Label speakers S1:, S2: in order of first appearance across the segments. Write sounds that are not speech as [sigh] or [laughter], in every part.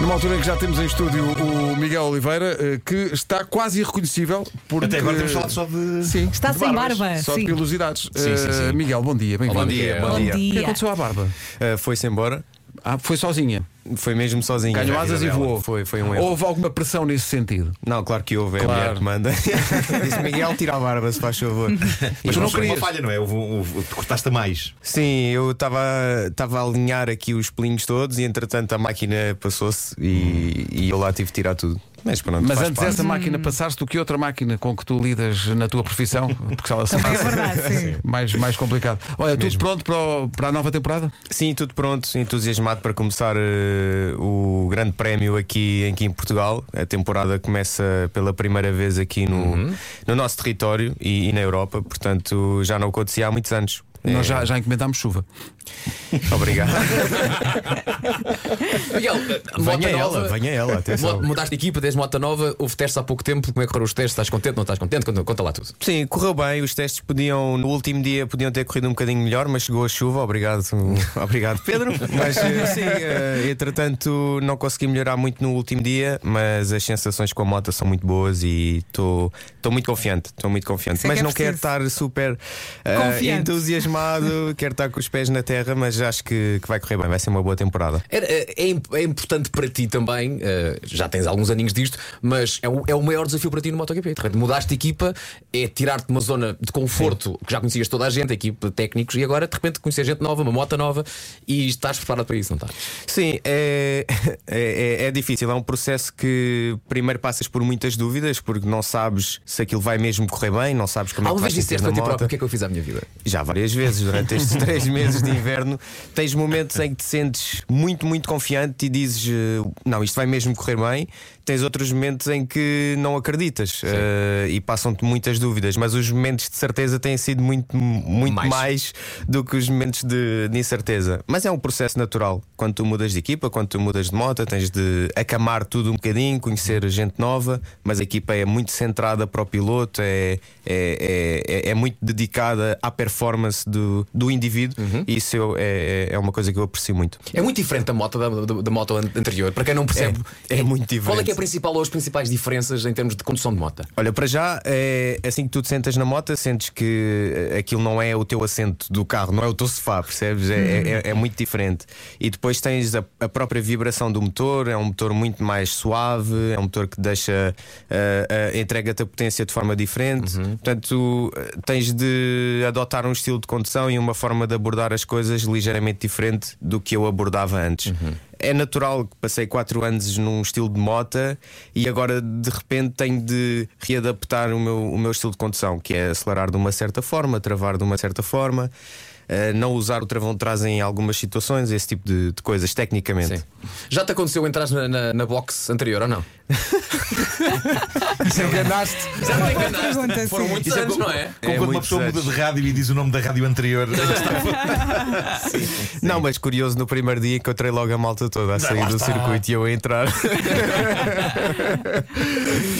S1: Numa altura em que já temos em estúdio o Miguel Oliveira, eh, que está quase irreconhecível. Porque...
S2: Até agora temos falado só de.
S1: Sim,
S3: Está
S2: de
S3: sem
S2: barbas.
S3: barba.
S1: só de
S3: É, sim.
S1: pilosidades.
S2: Sim, sim,
S1: Eh,
S2: sim.
S1: Miguel, bom dia, bem-vindo.
S2: Bom dia,
S3: Bom
S2: bom dia.
S1: O que é que
S3: dia.
S1: aconteceu à barba?
S4: Ah, Foi-se embora,
S1: Ah, foi sozinha.
S4: foi mesmo sozinho.
S1: Ganhou
S4: A
S1: asas e
S4: vida dela.
S1: voou.
S4: Foi, foi um erro.
S1: é? Houve alguma pressão nesse sentido.
S4: Não, claro que houve, é
S1: Claro.
S4: a mulher
S1: [laughs]
S4: que manda. Disse Miguel, tira a barba, se faz favor.
S2: Mas
S1: E não
S2: não foi uma
S1: querias.
S2: falha, não é? Houve um- houve- tu cortaste a mais.
S4: Sim, eu estava estava a alinhar aqui os pelinhos todos e entretanto a máquina passou-se e, e eu lá tive de tirar tudo. Mas pronto,
S1: Mas
S4: faz
S1: antes
S4: parte.
S1: dessa máquina passaste, do que outra máquina com que tu lidas na tua profissão? Porque se ela se
S3: Também é
S1: passa,
S3: verdade, sim.
S1: mais, mais complicado. Olha, tudo pronto para, o- para a nova temporada?
S4: Sim, tudo pronto, entusiasmado para começar eh, o grande prémio aqui, aqui em Portugal. A temporada começa pela primeira vez aqui no, no nosso território e, e na Europa, portanto já não acontecia há muitos anos. É,
S1: Nós já, já encomendámos chuva.
S4: Obrigado.
S1: [laughs]
S5: Miguel, eh,
S4: venha
S5: mota
S4: ela,
S5: nova.
S4: venha ela, atenção.
S5: Mo- Mudaste de equipa, tens moto nova, houve testes há pouco tempo. Como é que foram os testes? Estás contente? Não estás contente? Conta, conta lá tudo.
S4: Sim, correu bem. Os testes podiam, no último dia, podiam ter corrido um bocadinho melhor, mas chegou a chuva. Obrigado, [laughs] obrigado Pedro. Mas eh, sim, eh, entretanto, não consegui melhorar muito no último dia, mas as sensações com a moto são muito boas e estou estou muito confiante. Estou muito confiante.
S3: Isso é
S4: mas
S3: que é
S4: não quero
S3: preciso.
S4: estar super eh,
S3: Confiante.
S4: entusiasmado, quero estar com os pés na terra, mas acho que, que vai correr bem. Vai ser uma boa temporada.
S5: Era, eh, É, imp- é importante para ti também, eh, já tens alguns aninhos disto, mas é o, é o maior desafio para ti no MotoGP. De repente, mudaste de equipa, é tirar-te de uma zona de conforto que já conhecias toda a gente, a equipe de técnicos, e agora de repente conhecer gente nova, uma moto nova, e estás preparado para isso, não estás?
S4: Sim, é, [laughs] é, é- é difícil. É um processo que primeiro passas por muitas dúvidas, porque não sabes se aquilo vai mesmo correr bem, não sabes como é que
S5: Alguma
S4: vais
S5: vez
S4: sentir
S5: disseste
S4: na
S5: a ti
S4: moto.
S5: próprio o que é que eu fiz à minha vida?
S4: Já várias vezes durante
S5: [laughs]
S4: estes três meses de inverno tens momentos em que te sentes muito, muito confiante e dizes eh, não, isto vai mesmo correr bem. Tens outros momentos em que não acreditas eh, e passam-te muitas dúvidas, mas os momentos de certeza têm sido muito, muito
S5: Mais.
S4: mais. do que os momentos de, de incerteza. Mas é um processo natural. Quando tu mudas de equipa, quando tu mudas de moto, tens de acamar tudo um bocadinho, conhecer gente nova, mas a equipa é muito centrada para o piloto, é, é, é, é- é muito dedicada à performance do, do indivíduo e isso eu- é, é- é uma coisa que eu aprecio muito.
S5: É muito diferente da moto da, da- da moto an- anterior, para quem não percebe.
S4: É- é muito
S5: Qual é que
S4: diferente.
S5: é a principal ou as principais diferenças em termos de condução de moto?
S4: Olha, para já, é, assim que tu te sentas na moto, sentes que eh, aquilo não é o teu assento do carro, não é o teu sofá, percebes? É, é- é- é muito diferente. E depois tens a, a própria vibração do motor, é um motor muito mais suave, é um motor que deixa, eh, eh, entrega-te a potência de forma diferente. Portanto, eh, tens de adotar um estilo de condução e uma forma de abordar as coisas ligeiramente diferente do que eu abordava antes. É natural que passei 4 anos num estilo de mota e agora de repente tenho de readaptar o meu, o meu estilo de condução, que é acelerar de uma certa forma, travar de uma certa forma, eh, não usar o travão de trás em algumas situações, esse tipo de, de coisas, tecnicamente.
S5: Sim. Já te aconteceu entrar na, na, na box anterior ou não?
S1: Enganaste.
S5: Já não
S3: pergunta, sim.
S5: Foram muitos
S4: Isso é
S5: anos,
S4: como-
S5: não é?
S2: Como
S4: É
S2: quando uma
S4: muito
S2: pessoa
S4: desejo.
S2: muda de rádio e diz o nome da rádio anterior.
S4: Não, mas curioso, no primeiro dia encontrei logo a malta toda a sair
S2: lá
S4: do
S2: está.
S4: circuito e eu a entrar.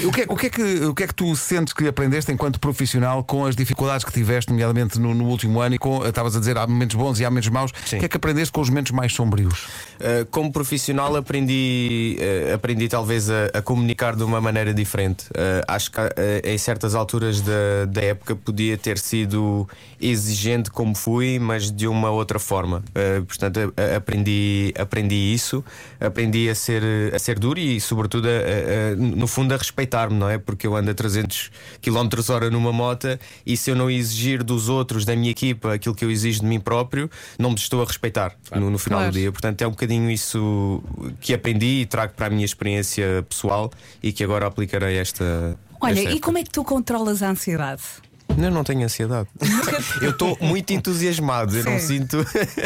S1: O que, é, o, que é que, o que é que tu sentes que aprendeste enquanto profissional com as dificuldades que tiveste, nomeadamente no, no último ano, e com, estavas a dizer, há momentos bons e há momentos maus, o que é que aprendeste com os momentos mais sombrios?
S4: Uh, como profissional aprendi uh, aprendi talvez a, a comunicar de uma maneira diferente Uh, acho que uh, em certas alturas da, da época podia ter sido exigente como fui mas de uma outra forma Uh, portanto a- a- aprendi aprendi isso aprendi a ser a ser duro e sobretudo a- a- a- no fundo a respeitar-me não é porque eu ando a 300 km hora numa mota e se eu não exigir dos outros da minha equipa aquilo que eu exijo de mim próprio não me estou a respeitar no, no final
S3: Claro.
S4: do dia dia. Portanto, é um bocadinho isso que aprendi e trago para a minha experiência pessoal e que agora aplicarei esta.
S3: Olha,
S4: esta
S3: e
S4: época.
S3: como é que tu controlas a ansiedade?
S4: Eu não
S3: [laughs]
S4: tenho ansiedade. eu estou muito entusiasmado. Eu não
S3: Sim.
S4: sinto. [laughs]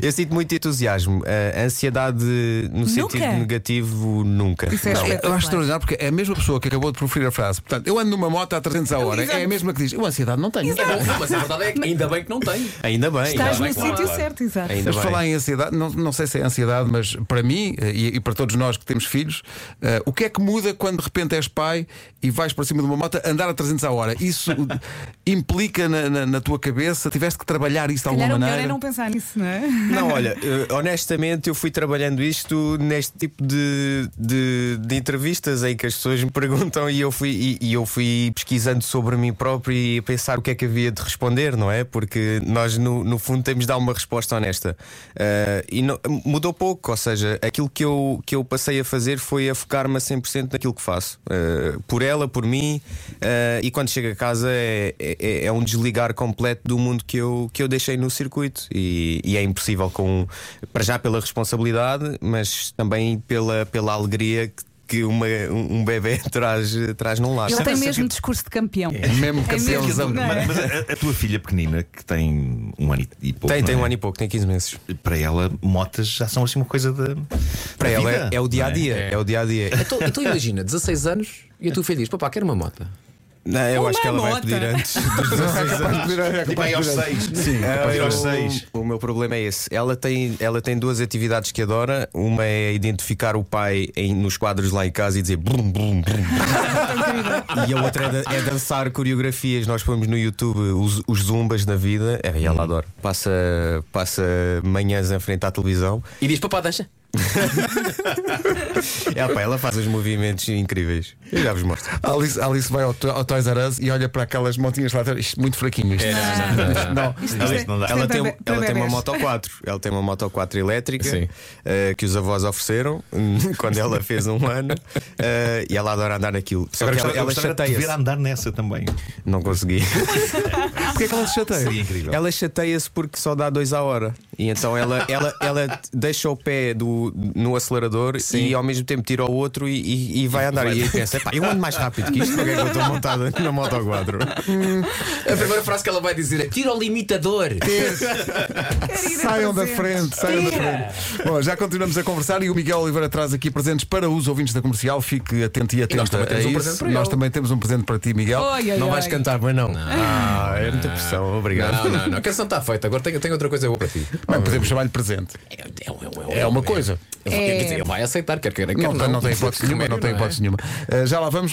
S4: eu sinto muito entusiasmo. A ansiedade no sentido
S3: Nunca?
S4: negativo, nunca.
S3: Isso é
S4: Não.
S3: espetacular.
S1: Eu acho extraordinário porque é a mesma pessoa que acabou de proferir a frase. Portanto, eu ando numa moto a 300 a hora, é a mesma que diz, eu ansiedade não tenho.
S5: É bom, não, mas a verdade é que ainda bem que não tem.
S4: Ainda bem.
S3: Estás
S4: ainda
S3: no
S4: bem, claro.
S3: sítio certo, exato.
S4: Ainda
S1: Mas
S4: bem.
S1: falar em ansiedade, não, não sei se é ansiedade, mas para mim eh, e, e para todos nós que temos filhos, eh, o que é que muda quando de repente és pai e vais para cima de uma moto andar a 300 a hora? Isso implica na, na- na tua cabeça? Tiveste que trabalhar isso de alguma
S3: Calhar o melhor
S1: maneira?
S3: é não pensar nisso, não é?
S4: Não, olha, eh, honestamente eu fui trabalhando isto neste tipo de, de, de entrevistas em que as pessoas me perguntam e eu, fui, e, e eu fui pesquisando sobre mim próprio e a pensar o que é que havia de responder, não é? Porque nós, no, no fundo, temos de dar uma resposta honesta. Eh, e não- mudou pouco, ou seja, aquilo que eu, que eu passei a fazer foi a focar-me a 100% naquilo que faço. Eh, por ela, por mim, eh, e quando chego a casa é, é- é um desligar completo do mundo que eu, que eu deixei no circuito. E, e é impossível, com para já pela responsabilidade, mas também pela, pela alegria que, que uma, um, um bebê [laughs] traz, traz num lar.
S3: Ele tem
S2: Sempre-
S3: mesmo discurso de campeão.
S1: Mesmo
S3: É
S1: campeãozão.
S3: mesmo, não
S2: Mas,
S3: é?
S2: mas a, a tua filha pequenina, que tem um ano e pouco.
S4: Tem, tem
S2: não
S4: um
S2: é?
S4: ano e pouco, tem 15 meses.
S2: Para ela, motas já são assim uma coisa da.
S4: Para
S2: da
S4: ela
S2: vida,
S4: é, é
S2: [laughs]
S4: o dia a dia. É. o dia a dia.
S5: [laughs] Então, então imagina, 16 anos e a tua filha diz: Papá, quero uma moto.
S4: Não, eu
S3: Uma
S4: acho que ela vai
S3: mota.
S4: pedir antes dos é Tipo,
S2: E vai Tipo, é aos seis. Sim,
S4: Ah, eu-
S2: aos seis.
S4: O meu problema é esse. Ela tem, ela tem duas atividades que adora. Uma é identificar o pai em- nos quadros lá em casa e dizer brum, brum, brum. e a outra é, da- é dançar coreografias. Nós pomos no YouTube os, os zumbas da vida. É, e ela adora. Passa, passa manhãs em frente à televisão.
S5: E diz: Papá, deixa.
S4: É, pá, ela faz os movimentos incríveis. Eu já vos mostro.
S1: A Alice, a Alice vai ao, to- ao Toys R Us e olha para aquelas montinhas lá atrás. Isto é muito fraquinho. Isto. não.
S3: é
S2: Não, isto não dá.
S4: Ela
S3: Sim,
S4: tem, um-
S3: para be- para
S4: ela tem uma
S3: bebés.
S4: Moto 4, ela tem uma Moto 4 elétrica
S5: Sim.
S4: eh, que os avós ofereceram [laughs] quando ela fez um ano eh, e ela adora andar naquilo. Só
S2: Agora
S4: é que ela,
S2: gostava- eu gostava de
S4: ela
S2: te ver
S4: chateia-se.
S2: andar nessa também.
S4: Não [laughs] consegui.
S1: Porquê é que ela se chateia?
S2: Seria incrível.
S4: Ela chateia-se porque só dá dois à hora. E então ela, ela, ela deixa o pé do, no acelerador e ao mesmo tempo tira o outro e, e- e vai andar. E aí pensa: "Epá, eu ando mais rápido que isto, porque é que eu estou montada na Moto 4.
S5: A primeira frase que ela vai dizer é: Tira o limitador.
S1: Saiam da frente, saiam da frente. Bom, já continuamos a conversar e o Miguel Oliveira traz aqui presentes para os ouvintes da comercial. Fique atento e atenta
S5: nós também
S1: a
S5: temos um
S1: isso.
S5: presente para
S1: nós
S5: ele.
S1: também temos um presente para ti, Miguel.
S3: Oi, oi,
S4: Não vais
S3: oi.
S4: cantar, mas não. Ah, é muita pressão, obrigado.
S5: Não, não, não. A canção está feita. Agora tenho, tenho outra coisa boa para ti.
S1: Bem, podemos chamar-lhe presente.
S5: É, é- é-
S1: É uma coisa.
S5: Quer dizer, ele vai aceitar, quer queira, quer um é?
S1: Não, tem- não tem hipótese nenhuma, não tem hipótese nenhuma. Uh, já lá vamos.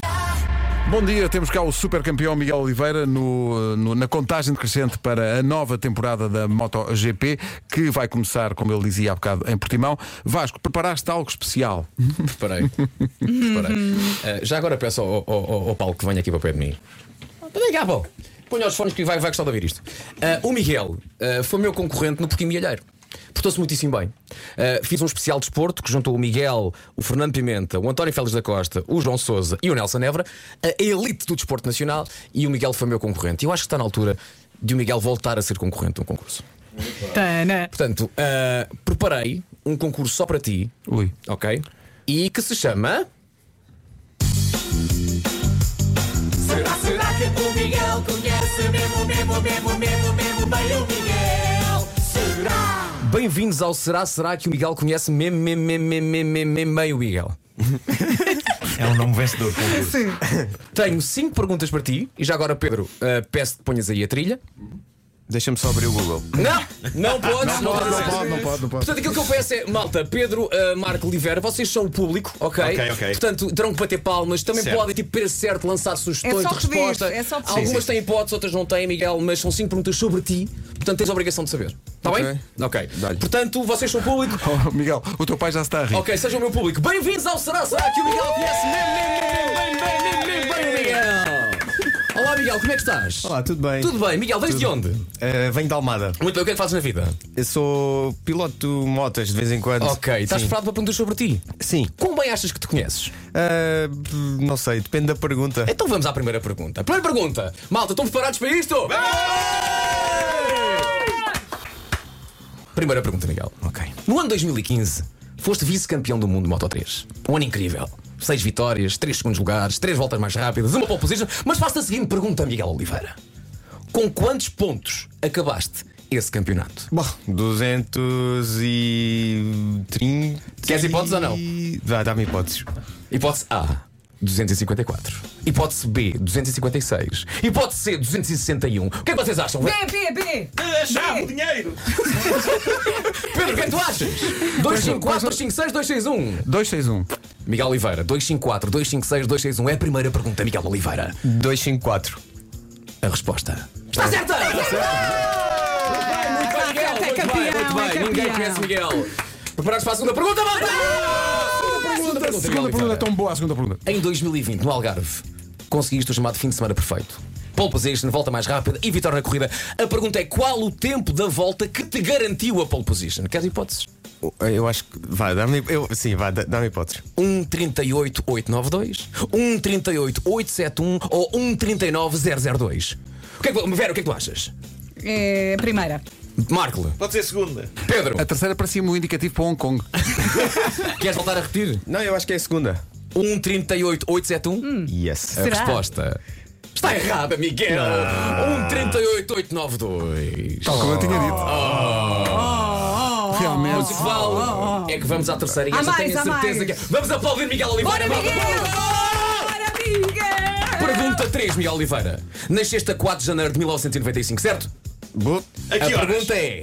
S1: Bom dia, temos cá o super campeão Miguel Oliveira no, eh, no- na contagem decrescente para a nova temporada da MotoGP, que vai começar, como ele dizia há bocado, em Portimão. Vasco, preparaste algo especial?
S5: Preparei. Preparei. Ah, já agora peço ao, ao- ao- ao Paulo que venha aqui para pé de mim. Vem cá, Paulo. Ponha os fones que vai, vai gostar de ouvir isto. Ah, o Miguel ah, foi meu concorrente no Porquinho Milheiro. Portou-se muitíssimo bem. Ah, fiz um especial de desporto que juntou o Miguel, o Fernando Pimenta, o António Félix da Costa, o João Souza e o Nelson Évora, a elite do desporto nacional, e o Miguel foi meu concorrente. E Eu acho que está na altura de o Miguel voltar a ser concorrente de um concurso.
S3: Tana.
S5: Portanto, ah, preparei um concurso só para ti,
S1: Ui.
S5: ok? E que se chama.
S6: Será, será que o Miguel conhece mesmo, mesmo, mesmo, mesmo, mesmo bem o Miguel? Será?
S5: Bem-vindos ao Será Será que o Miguel conhece mesmo, mesmo, mesmo, mesmo, mesmo, mesmo, mesmo bem o Miguel?
S2: É um nome vencedor.
S3: Sim.
S5: Tenho cinco perguntas para ti e já agora, Pedro, ah, peço que ponhas aí a trilha.
S4: Deixa-me só abrir o Google.
S5: Não! Não podes, não, podes.
S1: não pode, não
S5: Portanto, aquilo que eu peço é, malta, Pedro, ah, Marco, Oliveira, vocês são o público, ok?
S2: Ok, ok.
S5: Portanto, terão que bater palmas, também
S2: Certo.
S5: podem, tipo, ter certo, lançar sugestões
S3: É só
S5: de
S3: pedir,
S5: resposta.
S3: é só pedir.
S5: Algumas
S2: Sim, sim.
S5: têm hipótese, outras não têm, Miguel, mas são cinco perguntas sobre ti, portanto tens a obrigação de saber. Está
S4: Ok.
S5: bem? Ok.
S4: Dá-lhe.
S5: Portanto, vocês são o público,
S1: Oh, Miguel, o teu pai já se está a rir.
S5: Ok, sejam o meu público. Bem-vindos ao Será Será que o Miguel conhece mesmo, mesmo, mesmo, mesmo, mesmo, mesmo, bem o Miguel. Olá, Miguel, como é que estás?
S4: Olá, tudo bem?
S5: Tudo bem, Miguel, vens de onde?
S4: Eh, venho da Almada.
S5: Muito bem, o que é que fazes na vida?
S4: Eu sou piloto de motas de vez em quando.
S5: Ok, estás
S4: Sim.
S5: preparado para perguntas sobre ti?
S4: Sim.
S5: Quão bem achas que te conheces?
S4: Eh, não sei, depende da pergunta.
S5: Então vamos à primeira pergunta. Primeira pergunta. Malta, estão preparados para isto? Primeira pergunta, Miguel. Ok. No ano 2015, foste vice-campeão do mundo de Moto 3. Um ano incrível. Seis vitórias, três segundos lugares, três voltas mais rápidas, uma pole position. Mas faço a seguinte pergunta, Miguel Oliveira: Com quantos pontos acabaste esse campeonato?
S4: Bom, 230.
S5: Queres hipóteses ou não?
S4: Dá, dá-me hipóteses.
S5: Hipótese A, 254. Hipótese B, 256. Hipótese C, 261. O que é que vocês acham?
S3: B, B, B.
S2: Chave, dinheiro!
S5: Pedro, o que é que tu achas? 254, 256, 261.
S1: 261.
S5: Miguel um Oliveira, 254, 256, 261. É a primeira pergunta, Miguel Oliveira.
S4: 254.
S5: A resposta está certa!
S3: Está
S5: Miguel,
S3: certo, é
S5: muito bem,
S3: campeão,
S5: muito
S3: é
S5: bem. Ninguém
S3: campeão.
S5: conhece Miguel. Preparar-se para a segunda pergunta, malta! Segunda
S1: Segunda
S5: pergunta, Miguel
S1: pergunta é
S5: Oliveira.
S1: tão boa, a segunda pergunta.
S5: Em 2020, no Algarve, conseguiste o chamado fim de semana perfeito. Pole position, volta mais rápida e vitória na corrida. A pergunta é qual o tempo da volta que te garantiu a pole position? Queres hipóteses?
S4: Eu acho que. Vai, dá-me. eu- Sim, vai, dá- dá-me hipótese.
S5: 1.38892, 1.38871 ou 1.39002? O que é que, Vera, o que é que tu achas?
S3: É a primeira.
S5: Marco,
S2: Pode ser segunda.
S5: Pedro,
S1: A terceira parecia-me um indicativo para Hong Kong.
S5: queres voltar a repetir?
S4: Não, eu acho que é a segunda.
S5: 1.38871?
S3: Hum,
S4: Yes. Eh,
S5: A um? resposta está errada, Miguel! 1.38892.
S1: Tal como eu
S5: Oh.
S1: tinha dito.
S5: O
S1: Realmente.
S5: que vale é que vamos à terceira e
S3: Há
S5: esta
S3: mais,
S5: tenho a
S3: há
S5: certeza que. é.
S3: mais.
S5: Vamos aplaudir Miguel Oliveira!
S3: Bora,
S5: malta.
S3: Miguel! Bora, Miguel!
S5: Pergunta 3, Miguel Oliveira. Nasceste a 4 de janeiro de 1995, certo?
S4: Bo-
S2: Aqui,
S5: a pergunta é.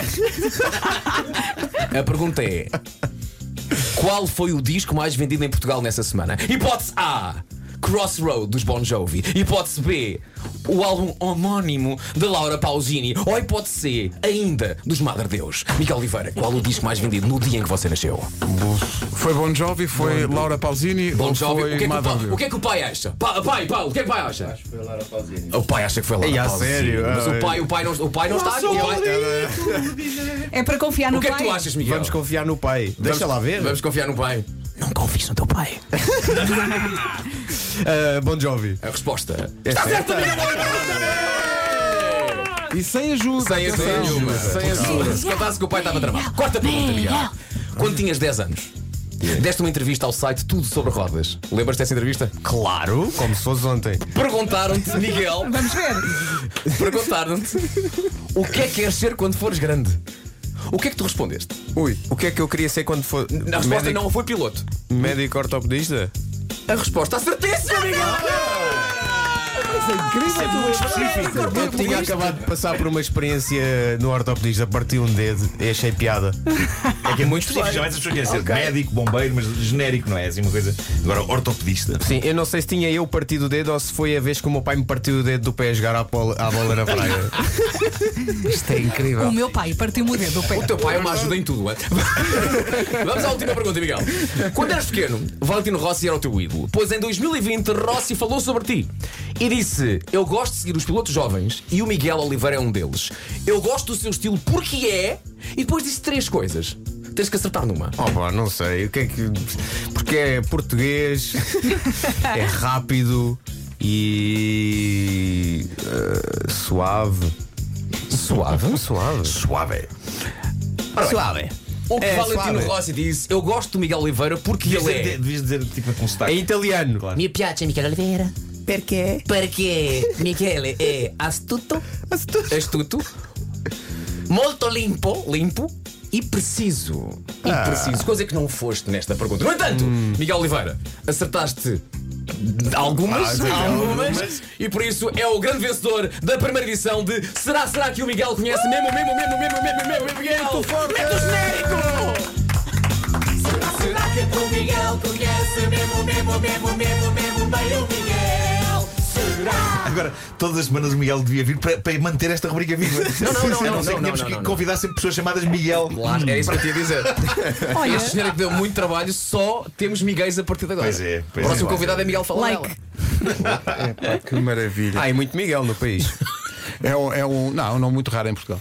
S5: a pergunta é. Qual foi o disco mais vendido em Portugal nessa semana? Hipótese A. Crossroad dos Bon Jovi. Hipótese B. O álbum homónimo de Laura Pausini. Ou hipótese C. Ainda dos Madre Deus. Miguel Oliveira, qual o disco mais vendido no dia em que você nasceu?
S1: Foi Bon Jovi, foi Laura Pausini
S5: Bon
S1: ou
S5: Jovi, o que, é
S1: foi
S5: que o
S1: Madonna.
S5: pai, o que é que o pai acha? Pa- pai, pai, o que é que o pai acha? Acho que foi Laura Pausini. O pai acha que foi Laura
S4: Ei, a
S5: Pausini.
S4: sério? Ah, é.
S5: Mas o pai, o pai não, o pai não está aqui. O, pai-
S3: É para confiar no
S5: o que é que
S3: pai.
S5: tu achas, Miguel?
S4: Vamos confiar no pai. Deixa lá ver.
S5: Vamos confiar no pai. Não confies no teu pai.
S4: Ah, bon Jovi.
S5: A resposta é
S4: É
S5: está certa,
S1: E sem ajuda.
S5: Sem ajuda
S1: atenção.
S5: nenhuma. Sem ajuda. Se contasse que o pai estava tramado. Quarta pergunta, Miguel. Quando tinhas 10 anos, deste uma entrevista ao site Tudo Sobre Rodas. Lembras-te dessa entrevista?
S4: Claro, como se fosse ontem. [laughs]
S5: Perguntaram-te, Miguel,
S3: Vamos ver.
S5: perguntaram-te o que é que queres ser quando fores grande? O que é que tu respondeste?
S4: Ui, o que é que eu queria ser quando for.
S5: A resposta
S4: médico,
S5: não foi piloto.
S4: Médico ortopedista?
S5: A resposta está certíssima, Miguel!
S4: Eu tinha acabado de passar por uma experiência no ortopedista, parti um dedo e achei piada.
S2: É que é muito específico. Já mais as pessoas querem ser médico, bombeiro, mas genérico, não é? Assim uma coisa. Agora, ortopedista.
S4: Sim, eu não sei se tinha eu partido o dedo ou se foi a vez que o meu pai me partiu o dedo do pé a jogar à bola, à bola na [laughs] praia.
S1: Isto é
S3: O
S1: incrível.
S3: meu pai partiu-me o dedo, o pé.
S5: O teu pai é uma ajuda em tudo, é? [laughs] Vamos à última pergunta, Miguel. Quando eras pequeno, Valentino Rossi era o teu ídolo. Pois em 2020, Rossi falou sobre ti e disse: Eu gosto de seguir os pilotos jovens e o Miguel Oliveira é um deles. Eu gosto do seu estilo porque é. E depois disse três coisas. Tens que acertar numa.
S4: Oh, pá, não sei. O que é que. Porque é [laughs] português, é rápido e. eh, suave.
S5: Suave.
S4: Suave.
S2: Suave.
S5: Suave. O que
S4: É,
S5: Valentino
S4: suave.
S5: Rossi disse: Eu gosto do Miguel Oliveira porque
S2: Devias
S5: ele é.
S2: dizer, devias dizer tipo com
S4: É
S2: sotaque.
S4: italiano. Claro.
S7: Mi piace Michele Oliveira.
S5: é?
S7: Perché? Perché Michele è astuto,
S5: eh, astuto, molto limpo, limpo e preciso. E preciso, coisa que não foste nesta pergunta. No entanto, Miguel Oliveira, acertaste algumas, Ah, algumas, e por isso é o grande vencedor da primeira edição de Será, será que o Miguel conhece mesmo, mesmo, mesmo, mesmo, mesmo, mesmo, Miguel? Mete o genérico!
S6: Será que o Miguel conhece mesmo, mesmo, mesmo, mesmo, mesmo bem o Miguel? Será?
S2: Agora, todas as semanas o Miguel devia vir para, para manter esta rubrica viva.
S5: Não, não, não,
S2: [laughs] A
S5: não,
S2: ser
S5: não,
S2: que tínhamos
S5: não, não,
S2: que
S5: não.
S2: convidar sempre pessoas chamadas Miguel.
S4: Hum.
S5: Claro, é isso que eu tinha a dizer.
S4: [laughs]
S3: Olha,
S5: Este genérico deu muito trabalho, só temos Miguéis a partir de agora.
S2: Pois é, pois
S5: o próximo
S2: é.
S5: convidado é Miguel Falabella.
S3: like.
S1: Que maravilha.
S4: Ah, e muito Miguel no país. [laughs]
S1: É um, é um, não, um nome muito raro em Portugal.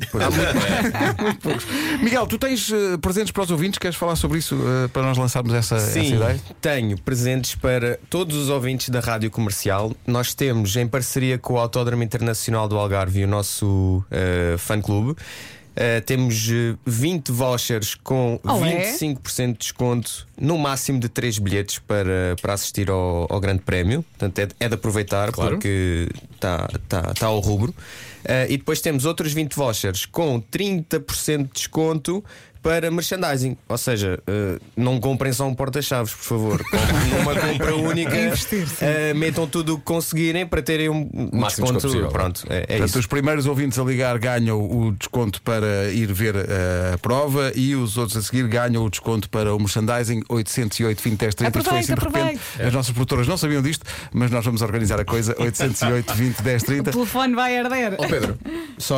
S1: é.
S5: [laughs]
S1: Muito poucos. Miguel, tu tens eh, presentes para os ouvintes? Queres falar sobre isso eh, para nós lançarmos essa, essa
S4: Sim,
S1: ideia?
S4: tenho presentes para todos os ouvintes da Rádio Comercial. Nós temos, em parceria com o Autódromo Internacional do Algarve e o nosso eh, fã-clube, eh, temos eh, 20 vouchers com
S3: Oh, é?
S4: 25% de desconto, no máximo de 3 bilhetes para, para assistir ao, ao Grande Prémio. Portanto, é, de- é de aproveitar porque está tá, tá ao rubro. Eh, e depois temos outros 20 vouchers com 30% de desconto para merchandising. Ou seja, eh, não comprem só um porta-chaves, por favor. Comprem Numa
S5: [laughs]
S4: compra única, eh, metam tudo o que conseguirem para terem um
S5: Máximo desconto
S4: desconto.
S5: possível.
S4: Pronto, é, é
S1: Portanto,
S4: isso.
S1: os primeiros ouvintes a ligar ganham o desconto para ir ver eh, a prova e os outros a seguir ganham o desconto para o merchandising 808 20 10 30. Isto foi assim de
S3: Aproveita,
S1: repente. As nossas produtoras não sabiam disto, mas nós vamos organizar a coisa 808 20 10
S3: O
S1: 30.
S3: telefone vai arder.
S5: Ó Oh, Pedro,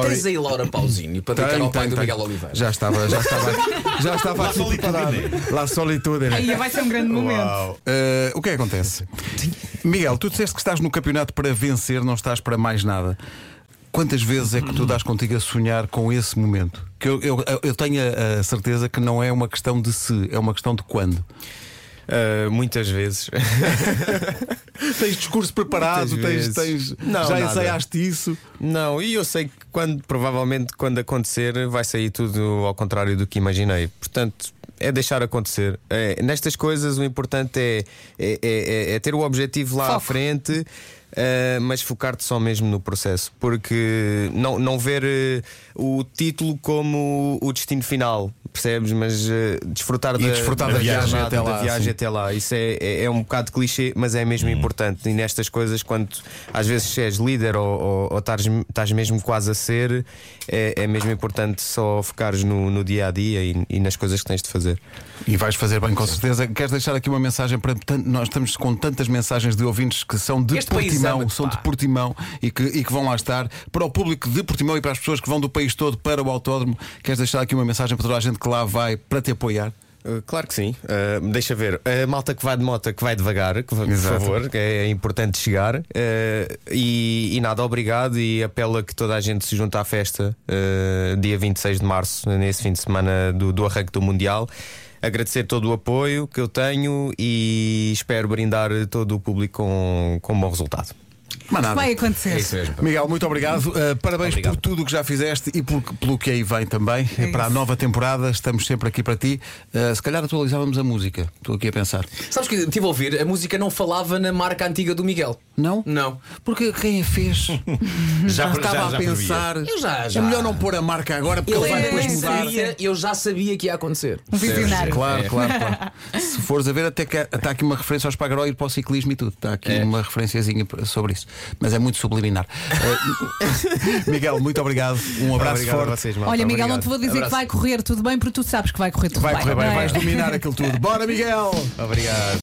S5: tens aí Laura Pausini para dedicar ao pai do Miguel Oliveira.
S1: Já estava, já estava, já
S5: [laughs]
S1: estava assim preparado. La solitude. né?
S3: Aí vai ser um grande momento.
S1: Eh, o que é que acontece? Miguel, tu disseste que estás no campeonato para vencer, não estás para mais nada. Quantas vezes é que tu dás contigo a sonhar com esse momento? Que eu, eu, eu tenho a, a certeza que não é uma questão de se, é uma questão de quando.
S4: Eh, muitas vezes. [laughs]
S1: Tens discurso preparado,
S4: Muitas
S1: tens,
S4: vezes.
S1: tens-
S4: Não,
S1: já
S4: nada.
S1: ensaiaste isso.
S4: Não, e eu sei que quando, provavelmente quando acontecer vai sair tudo ao contrário do que imaginei. Portanto, é deixar acontecer. É, nestas coisas o importante é, é- é- é- é ter o objetivo lá à
S3: Foco.
S4: frente, eh, mas focar-te só mesmo no processo. Porque não, não ver eh, o título como o destino final, percebes? Mas eh, desfrutar,
S1: E
S4: da,
S1: desfrutar da
S4: jornada,
S1: viagem até
S4: da
S1: lá,
S4: viagem
S1: sim. Hum.
S4: até lá. Isso é, é, é um bocado clichê, mas é mesmo importante. E nestas coisas, quando às vezes és líder ou, ou, ou estás, estás mesmo quase a ser, é, é mesmo importante só focares no, no dia a dia e, e nas coisas que tens de fazer.
S1: E vais fazer bem, com certeza. Queres deixar aqui uma mensagem para. tan- Nós estamos com tantas mensagens de ouvintes que são de
S5: Este país
S1: Portimão,
S5: ama-te,
S1: são de
S5: pá.
S1: Portimão e que, e que vão lá estar. Para o público de Portimão e para as pessoas que vão do país todo para o autódromo, queres deixar aqui uma mensagem para toda a gente que lá vai para te apoiar?
S4: Uh, Claro que sim. Uh, deixa ver. A malta que vai de moto, que vai devagar, que, va- por
S1: Exato.
S4: favor, que é importante chegar. Uh, e, e nada, obrigado. E apelo a que toda a gente se junte à festa, uh, dia 26 de março, nesse fim de semana do, do arranque do Mundial. Agradecer todo o apoio que eu tenho e espero brindar todo o público com, com um bom resultado.
S1: Mas nada.
S3: Vai acontecer.
S5: É isso mesmo. pá.
S1: Miguel, muito obrigado. Uh, parabéns
S5: Obrigado.
S1: por tudo o que já fizeste e por- pelo que aí vem também.
S3: É
S1: para a
S3: isso.
S1: nova temporada, estamos sempre aqui para ti. Uh, se calhar atualizávamos a música. Estou aqui a pensar.
S5: Sabes que estive a ouvir, a música não falava na marca antiga do Miguel.
S1: Não?
S5: Não.
S1: Porque quem a fez já,
S2: Já-
S1: estava
S2: já-
S1: a
S2: já
S1: pensar.
S5: Eu já-
S1: É
S5: já.
S1: melhor não pôr a marca agora porque ele, vai
S3: é-
S1: depois
S3: é-
S1: mudar.
S5: sabia, eu já sabia que ia acontecer.
S3: Um visionário.
S1: Claro, claro, claro. Se fores a ver, até que está aqui uma referência aos Espargaró ir para o ciclismo e tudo. Está aqui uma referenciazinha sobre isso. Mas é muito subliminar. Eh, [laughs] Miguel, muito obrigado. Um abraço
S4: obrigado
S1: forte.
S4: a vocês, malta.
S3: Olha, Miguel, não
S4: Obrigado.
S3: te vou dizer que vai correr tudo bem, porque tu sabes que vai correr tudo
S1: Vai
S3: bem.
S1: correr bem,
S3: não é?
S1: vais dominar aquilo tudo. Bora, Miguel!
S4: Obrigado.